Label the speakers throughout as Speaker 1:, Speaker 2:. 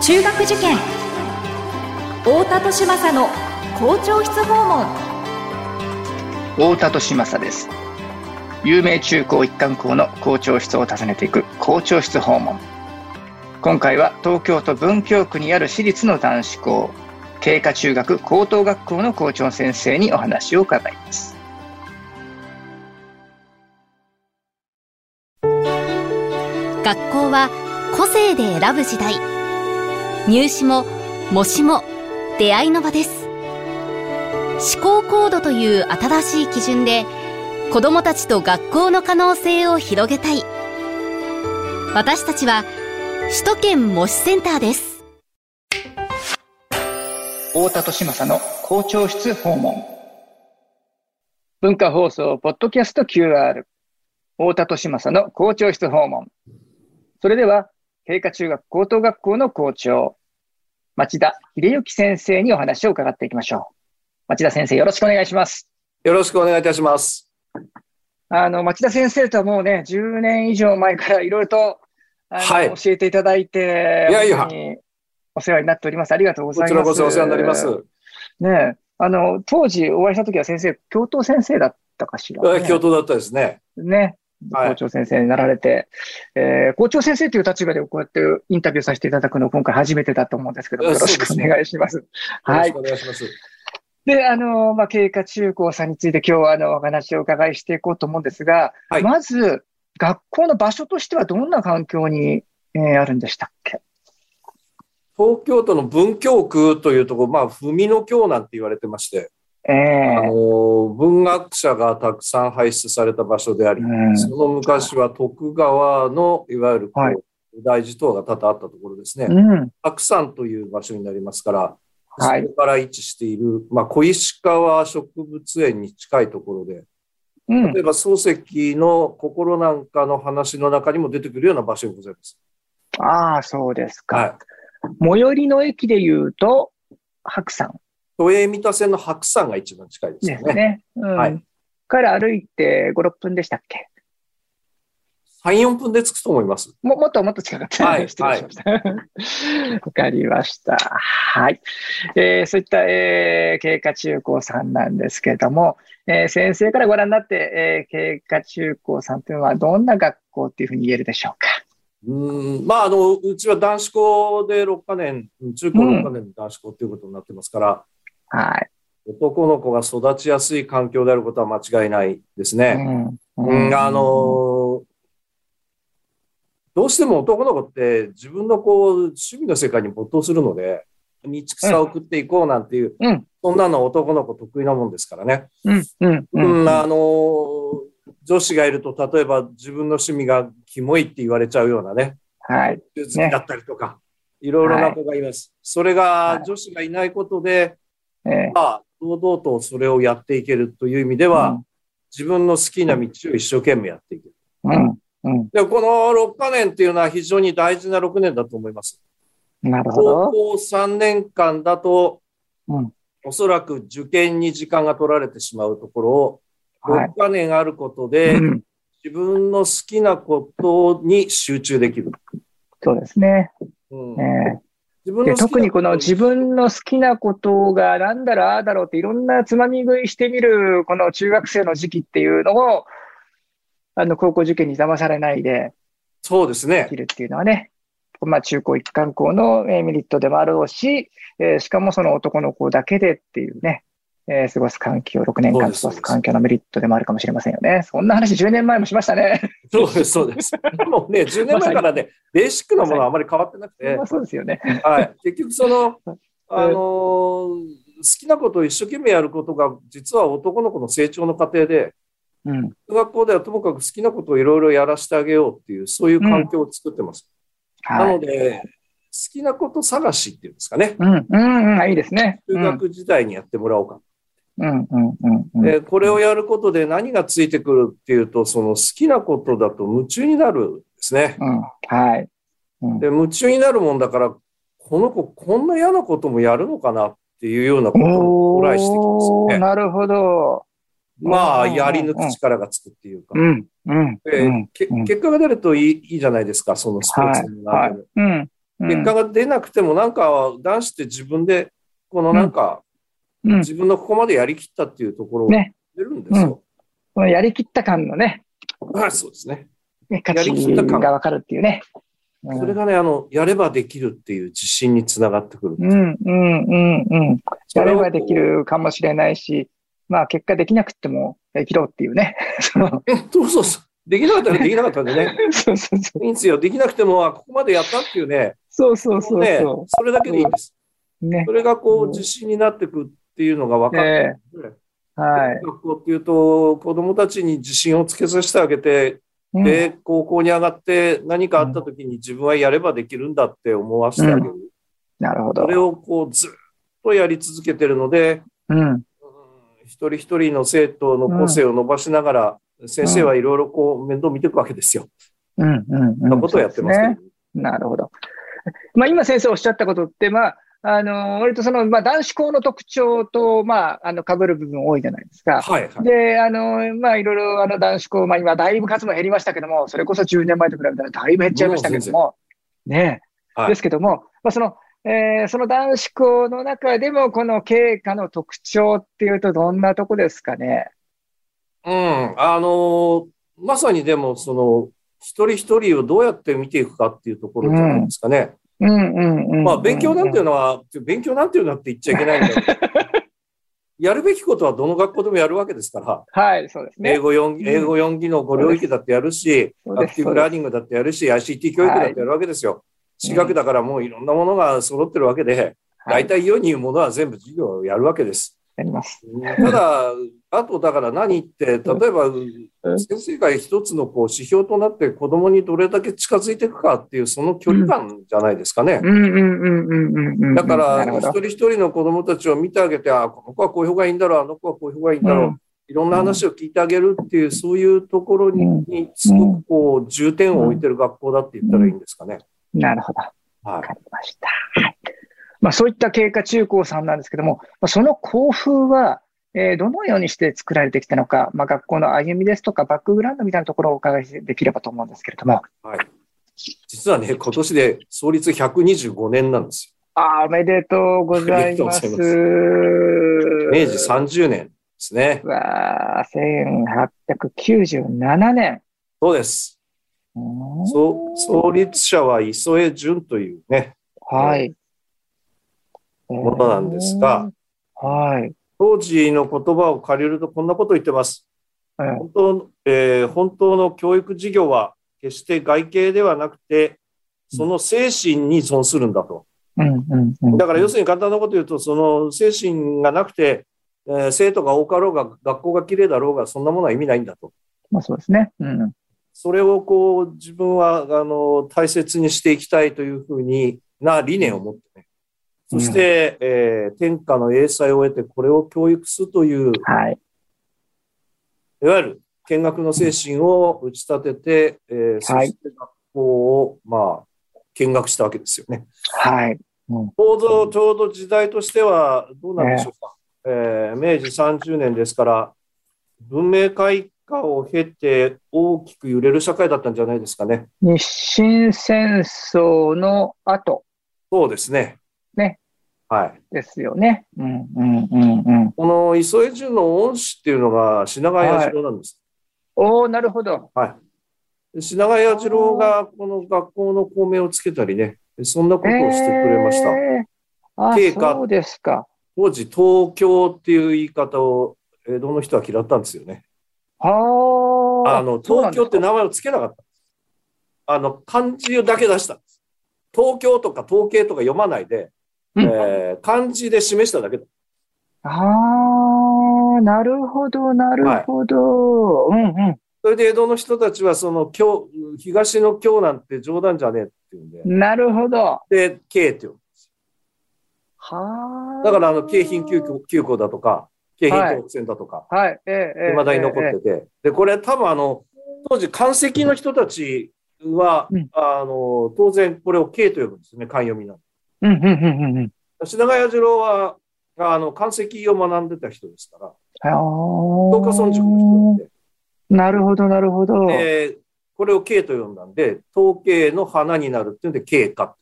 Speaker 1: 中学受験太田利政の校長室訪問
Speaker 2: 太田利政です有名中高一貫校の校長室を訪ねていく校長室訪問今回は東京都文京区にある私立の男子校経過中学高等学校の校長先生にお話を伺います
Speaker 3: 学校は個性で選ぶ時代入試も模試も出会いの場です思考コードという新しい基準で子どもたちと学校の可能性を広げたい私たちは首都圏模試センターです
Speaker 2: 太田利政の校長室訪問文化放送ポッドキャスト QR 太田利政の校長室訪問それでは経過中学高等学校の校長町田秀之先生にお話を伺っていきましょう町田先生よろしくお願いします
Speaker 4: よろしくお願いいたします。
Speaker 2: あの町田先生とはもうね10年以上前からいろいろとあの
Speaker 4: はい
Speaker 2: 教えていただいて
Speaker 4: いやいや
Speaker 2: 本当にお世話になっておりますありがとうござい
Speaker 4: こ
Speaker 2: ます
Speaker 4: ちらこそお世話になります。
Speaker 2: ねえ、あの、当時お会いした時は先生、教頭先生だったかしら、
Speaker 4: え
Speaker 2: ね。
Speaker 4: 教頭だったですね。
Speaker 2: ね。
Speaker 4: はい
Speaker 2: 校長先生になられて、えー校長先生という立場でこうやってインタビューさせていただくの今回初めてだと思うんですけど、
Speaker 4: え
Speaker 2: よろしく
Speaker 4: そ
Speaker 2: お
Speaker 4: うですね
Speaker 2: 願いします。
Speaker 4: よろ
Speaker 2: は
Speaker 4: し
Speaker 2: い
Speaker 4: く。お願いします。
Speaker 2: で、あの、まあ、経過中高さんについて今日はあの、お話をお伺いしていこうと思うんですが、
Speaker 4: はい
Speaker 2: まず、学校の場所としてはどんな環境に、えーあるんでしたっけ
Speaker 4: 東京都の文京区というところ、まあ、文の京なんて言われてまして、
Speaker 2: え
Speaker 4: あの
Speaker 2: え
Speaker 4: ー文学者がたくさん輩出された場所であり、
Speaker 2: うん
Speaker 4: その昔は徳川のいわゆるこう、
Speaker 2: はい
Speaker 4: 大寺等が多々あったところですね。
Speaker 2: うん。
Speaker 4: 白山という場所になりますから、
Speaker 2: はい
Speaker 4: そこから位置している、まあ、小石川植物園に近いところで、
Speaker 2: うん
Speaker 4: 例。えば漱石の心なんかの話の中にも出てくるような場所でございます。
Speaker 2: ああ、そうですか。
Speaker 4: はい。
Speaker 2: 最寄りの駅で言うと、白山
Speaker 4: 都営三田線の白山が一番近いです
Speaker 2: で
Speaker 4: よ
Speaker 2: す
Speaker 4: ね。
Speaker 2: ね。うん
Speaker 4: はい
Speaker 2: から歩いて5、6分でしたっけ
Speaker 4: 3、4分で着くと思います。
Speaker 2: ももっともっと近かった。
Speaker 4: は い
Speaker 2: 失礼しました。 わ、かりました。はい。えーそういった、えー経過中高さんなんですけれども、えー先生からご覧になって、えー経過中高さんというのはどんな学校っていうふうに言えるでしょうか。
Speaker 4: うーん。まあ、あの、うちは男子校で6カ年、中高6カ年の男子校ということになってますから、
Speaker 2: はい。
Speaker 4: 男の子が育ちやすい環境であることは間違いないですね。
Speaker 2: う
Speaker 4: うん、あのーどうしても男の子って自分のこう趣味の世界に没頭するので、道草を食っていこうなんていう、
Speaker 2: うん
Speaker 4: そんなの男の子得意なもんですからね。
Speaker 2: うん、うん、
Speaker 4: う、
Speaker 2: うんん。
Speaker 4: あのー女子がいると、例えば自分の趣味がキモいって言われちゃうようなね、
Speaker 2: はい。
Speaker 4: 手術だったりとか、いろいろな子がいます。それ
Speaker 2: は
Speaker 4: が
Speaker 2: い
Speaker 4: 女子がいないことで、
Speaker 2: えー
Speaker 4: まあ、堂々とそれをやっていけるという意味では、自分の好きな道を一生懸命やっていける。
Speaker 2: うん、うん、
Speaker 4: で、この6カ年っていうのは非常に大事な6年だと思います。
Speaker 2: うん。なるほ
Speaker 4: 高
Speaker 2: ど。
Speaker 4: 校3年間だと、
Speaker 2: うん
Speaker 4: おそらく受験に時間が取られてしまうところを、
Speaker 2: はい
Speaker 4: 6カ年あることで、
Speaker 2: うん、
Speaker 4: 自分の好きなことに集中できる。
Speaker 2: そうですね。
Speaker 4: うん
Speaker 2: えー
Speaker 4: 自分の好き
Speaker 2: で
Speaker 4: なと
Speaker 2: 特にこの自分の好きなことがなんだろう、ああだろうっていろんなつまみ食いしてみる、この中学生の時期っていうのを、あの、高校受験に騙されないで
Speaker 4: そうです
Speaker 2: でき
Speaker 4: ね。
Speaker 2: るっていうのはね、まあ中高一貫校のえーメリットでもあろうし、えーしかもその男の子だけでっていうね、えー過ごす環境、6年
Speaker 4: そう
Speaker 2: 間
Speaker 4: です
Speaker 2: 過ごす環境のメリットでもあるかもしれませんよね。そんな話10年前もしましたね。
Speaker 4: そうです、そうです。もうね、10年前からね、ベーシックなものはあまり変わってなくて
Speaker 2: ま あ、そうですよね。
Speaker 4: はい、結局 その、あの
Speaker 2: うん
Speaker 4: 好きなことを一生懸命やることが、実は男の子の成長の過程で、
Speaker 2: うん。
Speaker 4: 学校ではともかく好きなことをいろいろやらせてあげようっていう、そういう環境を作ってます。な
Speaker 2: は
Speaker 4: の
Speaker 2: い。
Speaker 4: で、好きなこと探しっていうんですかね。
Speaker 2: うん、うん、うん、いいですね。う
Speaker 4: 中
Speaker 2: ん、
Speaker 4: 学時代にやってもらおうか。
Speaker 2: うん、うん、うんうん。
Speaker 4: でこれをやることで何がついてくるっていうと、その好きなことだと夢中になるんですね。
Speaker 2: うん、はい。うん
Speaker 4: で、夢中になるもんだから、この子こんな嫌なこともやるのかなっていうようなことを
Speaker 2: お
Speaker 4: トライしてきますよ
Speaker 2: おー
Speaker 4: ね。
Speaker 2: なるほど。
Speaker 4: まあ、
Speaker 2: うん
Speaker 4: やり抜く力がつくっていうか
Speaker 2: う。ん、うん、
Speaker 4: で
Speaker 2: うん、
Speaker 4: け
Speaker 2: うん
Speaker 4: 結果が出るといいいいじゃないですか、そのスポーツの中でも
Speaker 2: はい。うん、うん
Speaker 4: 結果が出なくても、なんか男子って自分で、このなんか、
Speaker 2: うん
Speaker 4: 自分のここまでやりきったっていうところを出
Speaker 2: ね
Speaker 4: るんですよ。
Speaker 2: このやりきった感のね、
Speaker 4: はい、そうですね。
Speaker 2: ね
Speaker 4: や
Speaker 2: 価値
Speaker 4: りきった感
Speaker 2: がわかるっていうね。うん
Speaker 4: それがね、あの、やればできるっていう自信につながってくる。
Speaker 2: うん、うん、うん、うん。
Speaker 4: そ
Speaker 2: や
Speaker 4: を
Speaker 2: ればでき。るかもしれないし、まあ結果できなくっても生きろっていうね。 そう
Speaker 4: そうそうそう。できなかったらできなかったんでね。
Speaker 2: そうそうそう。
Speaker 4: いいんですよ。できなくても、あここまでやったっていうね。
Speaker 2: そうそうそう
Speaker 4: ね
Speaker 2: そ
Speaker 4: それだけでいいんです。
Speaker 2: う。ね
Speaker 4: そ。れがこ
Speaker 2: う
Speaker 4: う、
Speaker 2: ん
Speaker 4: 自信になってくっていうのが分かって、
Speaker 2: ええはい。
Speaker 4: 学校っていうと、子供たちに自信をつけさせてあげて、
Speaker 2: うん
Speaker 4: で、高校に上がって何かあった時に自分はやればできるんだって思わせてあげる。
Speaker 2: なるほ
Speaker 4: そ
Speaker 2: ど。
Speaker 4: れをこう、ずっとやり続けてるので、
Speaker 2: うん。
Speaker 4: うん一人一人の生徒の個性を伸ばしながら、先生はいろいろこう面倒見ていくわけですよ。
Speaker 2: うん。うん。
Speaker 4: そ
Speaker 2: うんん
Speaker 4: なことをやってますけど、
Speaker 2: そうでなるほど。 まあ、今先生おっしゃったことって、まあ、あの、割とその、まあ、男子校の特徴と、まあ、あの、被る部分多いじゃないですか。
Speaker 4: はいはい。
Speaker 2: で、あの、まあ、いろいろ、あの、男子校、まあ、今、だいぶ数も減りましたけども、それこそ10年前と比べたらだいぶ減っちゃいましたけども、ねえ、
Speaker 4: はい
Speaker 2: ですけども、まあ、その、えーその男子校の中でも、この経過の特徴っていうと、どんなとこですかね。
Speaker 4: うん、あのーまさにでも、その、一人一人をどうやって見ていくかっていうところじゃないですかね。
Speaker 2: うんうんうん。
Speaker 4: まあ、勉強なんていうのは、勉強なんていうのはって言っちゃいけないんだけど、 やるべきことはどの学校でもやるわけですから、
Speaker 2: はい、そうです
Speaker 4: 英
Speaker 2: ね。
Speaker 4: 語4、
Speaker 2: ん
Speaker 4: 英語4技能5領域だってやるし、
Speaker 2: そう
Speaker 4: ア
Speaker 2: で
Speaker 4: ク
Speaker 2: す
Speaker 4: ティブラーニングだってやるし、ICT 教育だってやるわけですよ。私学だからもういろんなものが揃ってるわけで、
Speaker 2: はい
Speaker 4: 大体世に言うものは全部授業をやるわけです。
Speaker 2: やります。
Speaker 4: ただ、あとだから何って、例えば
Speaker 2: ん
Speaker 4: 先生が一つのこう指標となって子供にどれだけ近づいていくかっていうその距離感じゃないですかね。
Speaker 2: うんうんうんうんうんうん。
Speaker 4: だ
Speaker 2: な
Speaker 4: から
Speaker 2: るほ
Speaker 4: 一
Speaker 2: ど
Speaker 4: 人一人の子供たちを見てあげて、あ、この子はこういう方がいいんだろう、あの子はこういう方がいいんだろう、
Speaker 2: うん
Speaker 4: いろんな話を聞いてあげるっていう、そういうところに,、
Speaker 2: うん
Speaker 4: すごくこう重点を置いてる学校だって言ったらいいんですかね。
Speaker 2: なるほど。
Speaker 4: は
Speaker 2: わ
Speaker 4: い
Speaker 2: かりました。はい。まあ、そういった経過中高さんなんですけども、まあ、その校風は、えーどのようにして作られてきたのか、まあ、学校の歩みですとか、バックグラウンドみたいなところをお伺いできればと思うんですけれども。
Speaker 4: 実はね、今年で創立125年なんです
Speaker 2: あーおめでとうございます。
Speaker 4: ありがとうござよ。明治30年ですね。
Speaker 2: うわー1897年。
Speaker 4: そうです。
Speaker 2: うーん
Speaker 4: そう創立者は磯江淳というね、
Speaker 2: はい。
Speaker 4: ものなんですが
Speaker 2: えー、はい。
Speaker 4: 当時の言葉を借りるとこんなことを言ってます。
Speaker 2: うん
Speaker 4: 本当,、えー本当の教育事業は決して外形ではなくて、その精神に存するんだと。
Speaker 2: うんうんうん、
Speaker 4: だから要するに簡単なこと言うと、その精神がなくて、えー生徒が多かろうが学校が綺麗だろうがそんなものは意味ないんだと。
Speaker 2: まあそうですね。うん。
Speaker 4: それをこう自分はあの大切にしていきたいというふうにな理念を持ってね。そして、えー天下の英才を得てこれを教育するという、
Speaker 2: はい。
Speaker 4: いわゆる見学の精神を打ち立てて、えーそ
Speaker 2: はい
Speaker 4: して学校を、まあ、見学したわけですよね。
Speaker 2: はい。
Speaker 4: ちょうど、ちょうど時代としてはどうなんでしょうか。えー明治30年ですから、文明開化を経て大きく揺れる社会だったんじゃないですかね。
Speaker 2: 日清戦争の後
Speaker 4: そうですね。
Speaker 2: ね。
Speaker 4: はい。
Speaker 2: ですよね。うんうんうんうん。
Speaker 4: この磯江淳の恩師っていうのが品川彌次郎なんです。
Speaker 2: おおなるほど。
Speaker 4: で品川彌次郎がこの学校の校名をつけたりね、そんなことをしてくれました。
Speaker 2: えーあ
Speaker 4: 経過
Speaker 2: そうですか。
Speaker 4: 当時、東京っていう言い方を江戸の人は嫌ったんですよね。
Speaker 2: はあ。
Speaker 4: あの、
Speaker 2: そうな
Speaker 4: 東
Speaker 2: んですか
Speaker 4: 京って名前をつけなかったんです。あの、漢字だけ出したんです。東京とか統計とか読まないで、
Speaker 2: うん
Speaker 4: えー漢字で示しただけだ。
Speaker 2: ああ、なるほど、なるほど。うん
Speaker 4: それで江戸の人たちは、その、京、東の京なんて冗談じゃねえって言うんで、
Speaker 2: うん。なるほど。
Speaker 4: で、京って呼ぶんです
Speaker 2: はあ。
Speaker 4: だから、あの、京浜急行急行だとか、京浜東北線だとか、
Speaker 2: はい。ええええ。
Speaker 4: 未だに残ってて、で、これ多分あの、当時、漢石の人たちは、
Speaker 2: うん
Speaker 4: あの、当然これを京と呼ぶんですね、漢読みなんで。
Speaker 2: ええ。うんうんうんうんうん。
Speaker 4: 品川彌次郎は、あの、漢石を学んでた人ですから、
Speaker 2: ああ。
Speaker 4: 東華村塾の人
Speaker 2: なるほど、なるほど。
Speaker 4: なんで、でこれを京と呼んだんで、統計の花になるっていうんで、京か。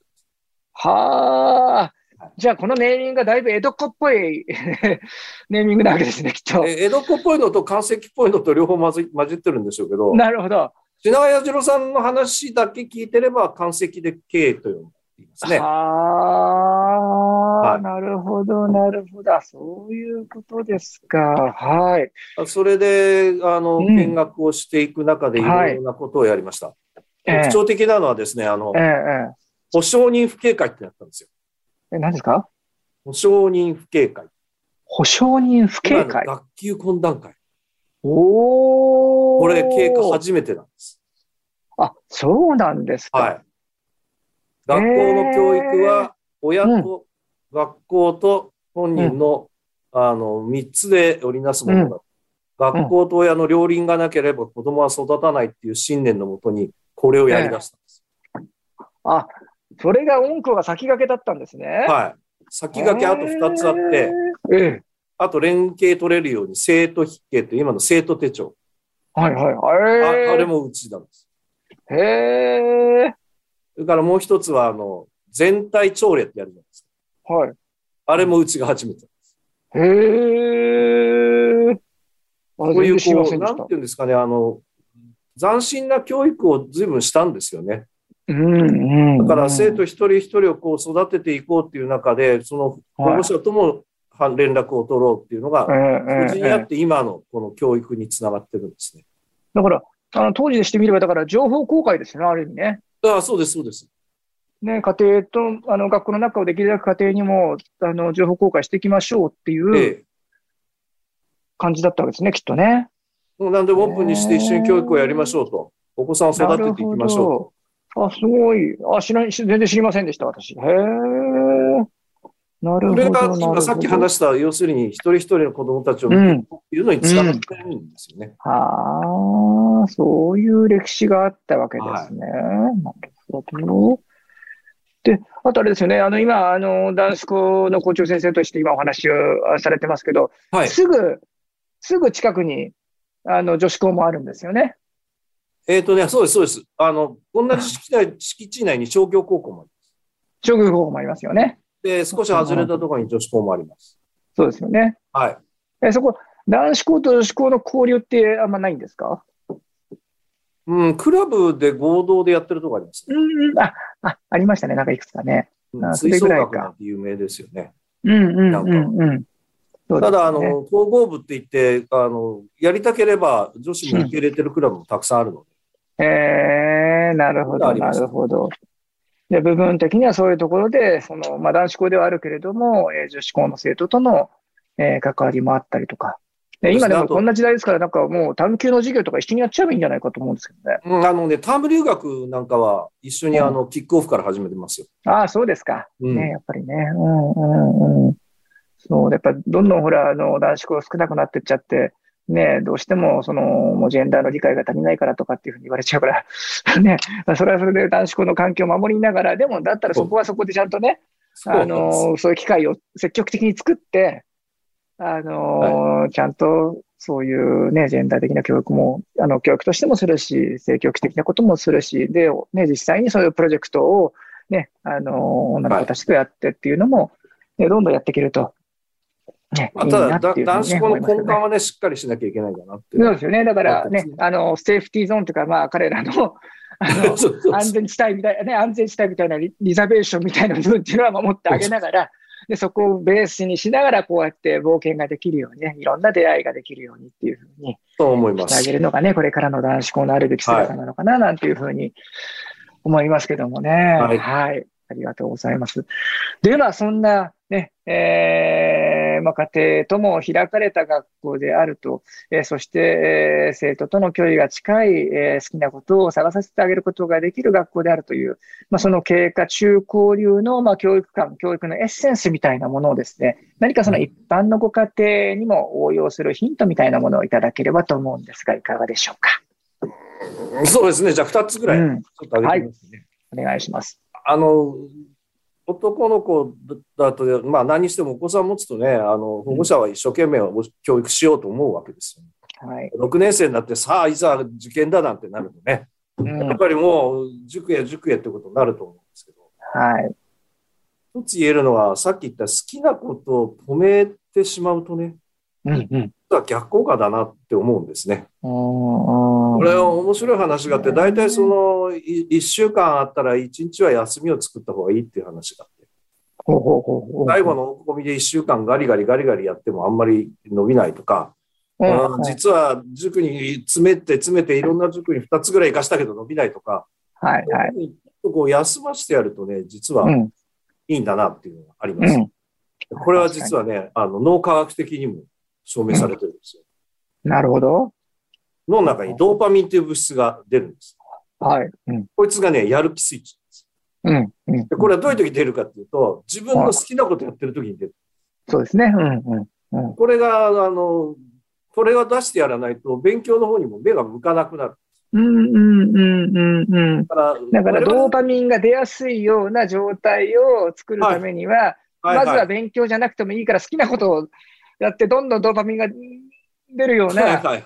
Speaker 2: はあ。じゃあ、このネーミングがだいぶ江戸っ子っぽい ネーミングなわけですね、きっと。
Speaker 4: え江戸っ子っぽいのと関西っぽいのと両方混じ混じってるんでしょうけど、
Speaker 2: なるほど。
Speaker 4: 品川彌次郎さんの話だけ聞いてれば、関石で K と呼んでいますね。
Speaker 2: は
Speaker 4: は
Speaker 2: あ、
Speaker 4: い
Speaker 2: なるほど、なるほど。そういうことですか。はい。
Speaker 4: それで、あの、
Speaker 2: うん
Speaker 4: 見学をしていく中でい
Speaker 2: は
Speaker 4: ろ
Speaker 2: い
Speaker 4: いろなことをやりました。
Speaker 2: ええ
Speaker 4: 特徴的なのはですね、あの
Speaker 2: ええ、、
Speaker 4: 保証人不警戒ってやったんですよ。
Speaker 2: ええ。え、何ですか
Speaker 4: 保証人不警戒。
Speaker 2: 保証人不警
Speaker 4: 今の
Speaker 2: 戒。
Speaker 4: 学級懇談会。
Speaker 2: おお。
Speaker 4: これ、経過初めてなんです。
Speaker 2: あ、そうなんですか。
Speaker 4: はい。学校の教育は、親と、学校と本人の、あの、三つで織りなすものだ。学校と親の両輪がなければ子供は育たないっていう信念のもとに、これをやり出したんです。
Speaker 2: あ、それが恩子が先駆けだったんですね。
Speaker 4: はい。先駆けあと二つあって、
Speaker 2: ええ。ええ。
Speaker 4: あと連携取れるように生徒筆記って今の生徒手帳。
Speaker 2: はいはい。
Speaker 4: ああ
Speaker 2: あ
Speaker 4: れもうちなんです。
Speaker 2: へえ。
Speaker 4: それからもう一つは、あの、全体朝礼ってやるじゃないですか。
Speaker 2: はい。
Speaker 4: あれもうちが初めて。
Speaker 2: へえ。あ、
Speaker 4: こうい
Speaker 2: 全然
Speaker 4: う、
Speaker 2: 知りま
Speaker 4: こ
Speaker 2: せ
Speaker 4: う、
Speaker 2: んで
Speaker 4: な
Speaker 2: し
Speaker 4: ん
Speaker 2: た
Speaker 4: て。いうんですかね、あの、斬新な教育を随分したんですよね。
Speaker 2: うん、うん。
Speaker 4: だから生徒一人一人をこう育てていこうっていう中で、その
Speaker 2: はい
Speaker 4: 保護者ともは連絡を取ろうっていうのが
Speaker 2: え、
Speaker 4: 無
Speaker 2: え
Speaker 4: 事
Speaker 2: え
Speaker 4: にあっ
Speaker 2: え
Speaker 4: て今のこの教育につながってるんですね。
Speaker 2: だから、あの、当時でしてみれば、だから情報公開ですよね、ある意味ね。
Speaker 4: ああ、そうです、そうです。
Speaker 2: ね、家庭と、あの、学校の中をできるだけ家庭にも、あの、情報公開していきましょうって
Speaker 4: え
Speaker 2: いう
Speaker 4: え。
Speaker 2: 感じだったわけですね、きっとね。
Speaker 4: もうなんでオープンにして一緒に教育をやりましょうと。お子さんを育てていきましょ
Speaker 2: あ、すごい。あ、知らない、し全然知りませんでした、私。へえ。な
Speaker 4: う
Speaker 2: る
Speaker 4: と。
Speaker 2: ほ
Speaker 4: これ
Speaker 2: ど。
Speaker 4: が
Speaker 2: なるほ
Speaker 4: 今
Speaker 2: ど
Speaker 4: さっき話した、要するに一人一人の子供たちを
Speaker 2: う
Speaker 4: 見てい
Speaker 2: ん。
Speaker 4: くっていうのにつながってるんですよね。
Speaker 2: ああ、そういう歴史があったわけですね。なるほど。で、あとあれですよね、あの、今、あの、男子校の校長先生として今お話をあされてますけど、
Speaker 4: はい。
Speaker 2: すぐ、すぐ近くに、あの、女子校もあるんですよね。
Speaker 4: えっ、とね、そうです、そうです。あの、同じ敷地内 敷地内に商業高校もあり
Speaker 2: 商業高校もありますよね。
Speaker 4: ます。で、少し外れたところに女子校もあります。
Speaker 2: そうですよね。
Speaker 4: はい。
Speaker 2: え、そこ、男子校と女子校の交流ってあんまないんですか
Speaker 4: うん、クラブで合同でやってるとこありますね。
Speaker 2: うん、あ、あ、ありましたね。なんかいくつかね。
Speaker 4: うん
Speaker 2: あそ
Speaker 4: 吹
Speaker 2: れ
Speaker 4: 奏
Speaker 2: ぐらいか
Speaker 4: 楽なんて有名ですよね。
Speaker 2: うんうん
Speaker 4: なんか
Speaker 2: うんうん。そうで
Speaker 4: た
Speaker 2: す
Speaker 4: だ、あ
Speaker 2: よ
Speaker 4: の、
Speaker 2: ね。
Speaker 4: 統合部って言って、あの、やりたければ女子も受け入れてるクラブもたくさんあるので。
Speaker 2: えー、なるほ
Speaker 4: そういうの
Speaker 2: ど、
Speaker 4: あり
Speaker 2: な
Speaker 4: ました
Speaker 2: るほど。で、部分的にはそういうところで、その、まあ、男子校ではあるけれども、えー女子校の生徒との、えー関わりもあったりとか。で、
Speaker 4: そうです
Speaker 2: 今で
Speaker 4: ね
Speaker 2: も
Speaker 4: あと
Speaker 2: こんな時代ですから、なんかもう探究の授業とか一緒にやっちゃえばいいんじゃないかと思 うんですけどね。
Speaker 4: うん、あのね、ターム留学なんかは一緒にあの、キックオフから始めてますよ。
Speaker 2: ああ、そうですか。
Speaker 4: うん。
Speaker 2: ね、やっぱりね。うんうんうん。そう、やっぱどんどんほら、あの、男子校少なくなってっちゃって、ね、どうしても、その、もうジェンダーの理解が足りないからとかっていうふうに言われちゃうから、 ね、まあそれはそれで男子校の環境を守りながら、でも、だったらそこはそこでちゃんとね、
Speaker 4: そうな
Speaker 2: あ
Speaker 4: んです
Speaker 2: の、そういう機会を積極的に作って、あの、ちゃんと、そういうね、ジェンダー的な教育も、あの、教育としてもするし、性教育的なこともするし、で、ね、実際にそういうプロジェクトを、ね、あの、女の子たちとやってっていうのも、ね、どんどんやっていけると、ね、
Speaker 4: まあ
Speaker 2: いい
Speaker 4: た
Speaker 2: な
Speaker 4: だ、
Speaker 2: ってい
Speaker 4: だ
Speaker 2: うふうにね
Speaker 4: 男子
Speaker 2: 思
Speaker 4: 校の
Speaker 2: います
Speaker 4: 根
Speaker 2: よ
Speaker 4: 幹
Speaker 2: ね
Speaker 4: はね、しっかりしなきゃいけないかなって。
Speaker 2: そうですよね。だから
Speaker 4: そう
Speaker 2: ね
Speaker 4: です、ね
Speaker 2: あの、セーフティーゾーンとか、まあ、彼らの、あの、
Speaker 4: そうそう
Speaker 2: 安全地帯みたいな、ね、安全地帯みたいなリリザベーションみたいな部分っていうのは守ってあげながら、でそこをベースにしながら、こうやって冒険ができるようにね、いろんな出会いができるようにっていうふうに
Speaker 4: と思いま
Speaker 2: してあ
Speaker 4: す
Speaker 2: げ。るのがね、これからの男子校のあるべき姿なのかな、なんていうふうに思いますけどもね。はいい。ありがとうございます。で、まあ、そんな、ね、えー、まあ、家庭とも開かれた学校であると、えーそして、えー生徒との距離が近い、えー好きなことを探させてあげることができる学校であるという、まあ、その経過中交流の、まあ、教育観、教育のエッセンスみたいなものをですね、何かその一般のご家庭にも応用するヒントみたいなものをいただければと思うんですが、いかがでしょうか。
Speaker 4: そうですね。じゃあ2つぐらい、ち
Speaker 2: う
Speaker 4: ょ
Speaker 2: ん、
Speaker 4: っと上げてみますね。
Speaker 2: お願いします。
Speaker 4: あの、男の子だと、まあ何にしてもお子さん持つとね、あの、保護者は一生懸命教育しようと思うわけですよ。
Speaker 2: はい。
Speaker 4: 6年生になって、さあ、いざ受験だなんてなるとね、
Speaker 2: うん、
Speaker 4: やっ
Speaker 2: は
Speaker 4: ぱりもう、塾や塾へってことになると思うんですけど、
Speaker 2: い。
Speaker 4: 一つ言えるのは、さっき言った好きなことを止めてしまうとね、
Speaker 2: うんうん。
Speaker 4: 実は逆効果だなって思うんですね。
Speaker 2: こ
Speaker 4: これは面白い話があって、大体そのい1週間あったら1日は休みを作った方がいいっていう話があって、
Speaker 2: ほうほうほうほう。
Speaker 4: 最後の追い込みで1週間ガリガリガリガリやってもあんまり伸びないとか、
Speaker 2: うん
Speaker 4: うん実は塾に詰めて詰めていろんな塾に2つぐらい行かしたけど伸びないとか、
Speaker 2: はいはい。
Speaker 4: こう休ませてやるとね、実は
Speaker 2: う
Speaker 4: い
Speaker 2: ん
Speaker 4: いんだなっていうのがあり
Speaker 2: う
Speaker 4: ます。
Speaker 2: ん。
Speaker 4: これは実はね、あの脳科学的にも証明されてるんですよ。
Speaker 2: なるほど。
Speaker 4: 脳の中にドーパミンという物質が出るんです。
Speaker 2: はい。うん。
Speaker 4: こいつがね、やる気スイッチなんです。
Speaker 2: うん。うん。
Speaker 4: でこれはどういう時に出るかっていうと、自分の好きなことやってる時に出る。
Speaker 2: そうですね。うんうん。
Speaker 4: これが、あの、これは出してやらないと、勉強の方にも目が向かなくなる。
Speaker 2: うんうんうんうんうん。
Speaker 4: だから、
Speaker 2: だからドー
Speaker 4: パ
Speaker 2: パミンが出やすいような状態を作るためには、まずは勉強じゃなくてもいいから好きなことをやってどんどんドーパミンが出るよう
Speaker 4: はい
Speaker 2: な、
Speaker 4: はいは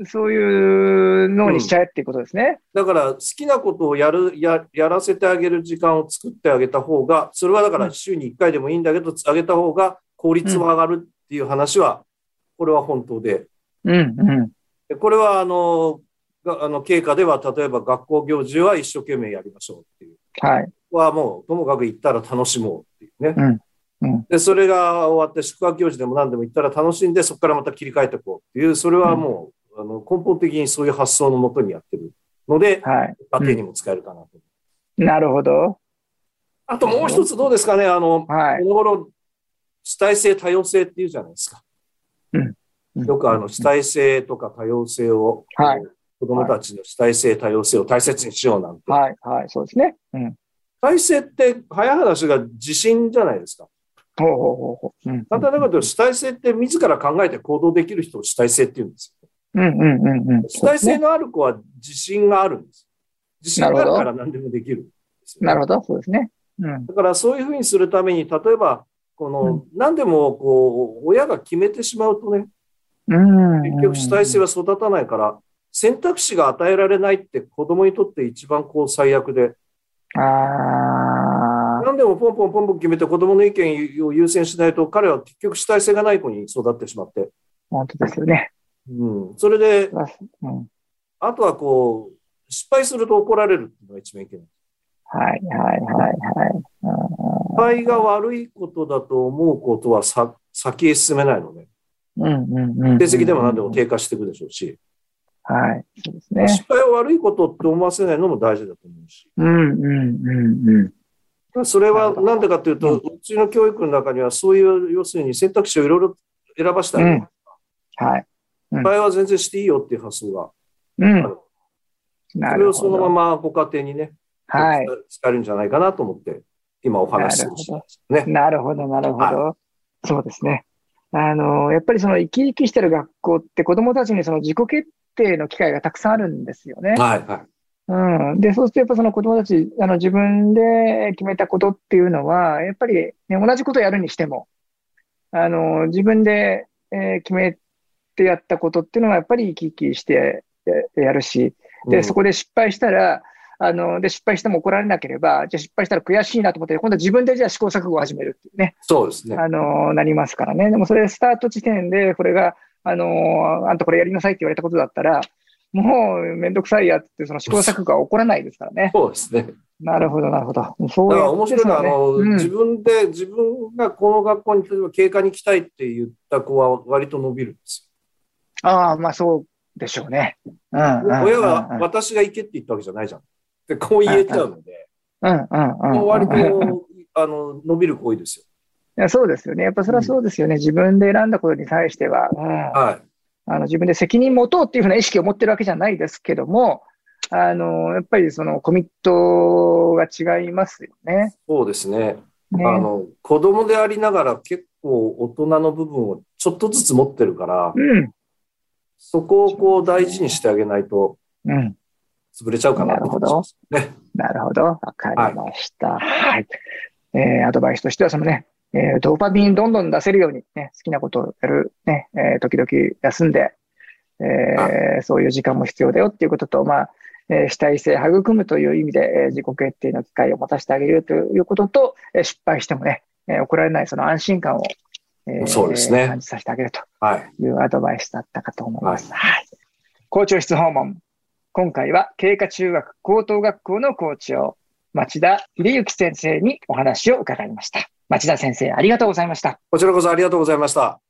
Speaker 4: い。
Speaker 2: そういう脳にしちゃえっていうことですね。
Speaker 4: だから、好きなことをやるや、やらせてあげる時間を作ってあげた方が、それはだから週に1回でもいいんだけど、あげた方が効率も上がるっていう話は、これは本当で、
Speaker 2: うんうん。
Speaker 4: でこれはあのがあの経過では例えば学校行事は一生懸命やりましょうっていう
Speaker 2: はい。
Speaker 4: ここはもうともかく行ったら楽しもうっていうね、
Speaker 2: うんうん
Speaker 4: でそれが終わって宿泊行事でも何でも行ったら楽しんでそこからまた切り替えていこうっていうそれはもう、あの根本的にそういう発想のもとにやってるので
Speaker 2: はい。
Speaker 4: 家庭にも使えるかなと、
Speaker 2: なるほど。
Speaker 4: あともう一つどうですかねあの、
Speaker 2: はい。
Speaker 4: この頃主体性多様性っていうじゃないですかよくあの主体性とか多様性を、
Speaker 2: はい
Speaker 4: 子供たちの主体性、多様性を大切にしようなんて。
Speaker 2: はい。はい。そうですね。うん。
Speaker 4: 体制って早い話が自信じゃないですか。
Speaker 2: ほうほうほうほう。うん。
Speaker 4: 簡単なこと言うと主体性って自ら考えて行動できる人を主体性って言うんですよ。
Speaker 2: うんうんうんうん。
Speaker 4: 主体性のある子は自信があるんです。自信があるから何でもできるんですよね
Speaker 2: なるほど。そうですね。うん。
Speaker 4: だからそういうふうにするために、例えば、この、何でもこう、親が決めてしまうとね、
Speaker 2: うん。
Speaker 4: 結局主体性は育たないから、選択肢が与えられないって子供にとって一番こう最悪で、
Speaker 2: ああ。
Speaker 4: 何でもポンポンポンポン決めて子供の意見を優先しないと彼は結局主体性がない子に育ってしまって、
Speaker 2: 本当ですよね。
Speaker 4: うん、それで、
Speaker 2: うん。
Speaker 4: あとはこう、失敗すると怒られるっていうのが一番いけない。
Speaker 2: はいはいはいはい。
Speaker 4: 失敗が悪いことだと思うことはさ先へ進めないのね。
Speaker 2: うんうんうん。
Speaker 4: 成績でも何でも低下していくでしょうし、
Speaker 2: はい。そうですね。
Speaker 4: 失敗を悪いことって思わせないのも大事だと思うし、
Speaker 2: うんうんうんうん。
Speaker 4: それはなんでかというと、うちの教育の中にはそういう、要するに選択肢をいろいろ選ばせたり、
Speaker 2: うん
Speaker 4: 失
Speaker 2: はい。
Speaker 4: 敗は全然していいよっていう発想が、
Speaker 2: うん。な
Speaker 4: それ
Speaker 2: る
Speaker 4: を
Speaker 2: ほ
Speaker 4: そのま
Speaker 2: ど。
Speaker 4: まご家庭にね、
Speaker 2: はい。
Speaker 4: 使えるんじゃないかなと思って、今お話ししてほしいですね。
Speaker 2: なるほど、なるほど。そうですね。あの、やっぱりその生き生きしてる学校って子供たちにその自己決定の機会がたくさんあるんですよね。
Speaker 4: はい、はい。
Speaker 2: うん。で、そうするとやっぱその子供たち、あの自分で決めたことっていうのは、やっぱりね、同じことやるにしても、あの、自分で、えー決めてやったことっていうのはやっぱり生き生きしてややるし、
Speaker 4: う
Speaker 2: で、
Speaker 4: ん
Speaker 2: そこで失敗したら、あの、で、失敗しても怒られなければ、じゃあ失敗したら悔しいなと思って、今度は自分でじゃあ試行錯誤を始めるっていうね。
Speaker 4: そうですね。
Speaker 2: あのなりますからね。でもそれスタート地点で、これが、あのあんたこれやりなさいって言われたことだったら、もうめんどくさいやつって、その試行錯誤は起こらないですからね。
Speaker 4: そうですね。
Speaker 2: なるほど、なるほど。そ
Speaker 4: だ
Speaker 2: う
Speaker 4: か
Speaker 2: や
Speaker 4: ら
Speaker 2: っ
Speaker 4: 面
Speaker 2: て
Speaker 4: 白いのは、あの、
Speaker 2: そうね
Speaker 4: 自分で、自分がこの学校に、例えば経過に来たいって言った子は割と伸びるんです
Speaker 2: うん、ああ、まあそうでしょうね。うん、
Speaker 4: よ。
Speaker 2: うん
Speaker 4: 親は
Speaker 2: うん、
Speaker 4: 私が行けって言ったわけじゃないじゃん。で、こう言えちゃうので、
Speaker 2: うん、うん、うん。
Speaker 4: もう割と
Speaker 2: い、
Speaker 4: あの、伸びる子多いですよ。
Speaker 2: やそうですよね。やっぱそれはそうですよね。自分で選んだことに対しては、うん、
Speaker 4: は
Speaker 2: あの自分で責任持とうっていうふうな意識を持ってるわけじゃないですけども、あのやっぱりそのコミットが違いますよね
Speaker 4: い。。そうですね。
Speaker 2: ね
Speaker 4: あの、子供でありながら結構大人の部分をちょっとずつ持ってるから、
Speaker 2: うん、
Speaker 4: そこをこう大事にしてあげないと
Speaker 2: うん。
Speaker 4: 潰れちゃうかなって気がしますね。
Speaker 2: なるほど。わかりました。はい。えーアドバイスとしては、そのね、えードーパミンどんどん出せるように、ね、好きなことをやる、ね、えー時々休んで、えーそういう時間も必要だよっていうことと、まあ、えー主体性を育むという意味で、えー自己決定の機会を持たせてあげるということと、えー失敗してもね、えー怒られないその安心感を、え
Speaker 4: そうですね
Speaker 2: 感じさせてあげると
Speaker 4: はい。
Speaker 2: いうアドバイスだったかと思います。はい。校長室訪問。今回は経過中学高等学校の校長、町田秀幸先生にお話を伺いました。町田先生、ありがとうございました。
Speaker 4: こちらこそありがとうございました。